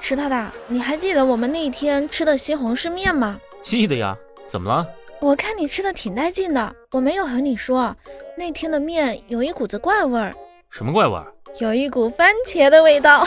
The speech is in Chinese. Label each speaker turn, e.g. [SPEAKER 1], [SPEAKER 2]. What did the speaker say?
[SPEAKER 1] 石大大，你还记得我们那天吃的西红柿面吗？
[SPEAKER 2] 记得呀，怎么了？
[SPEAKER 1] 我看你吃的挺带劲的，我没有和你说，那天的面有一股子怪味儿，
[SPEAKER 2] 什么怪味儿？
[SPEAKER 1] 有一股番茄的味道。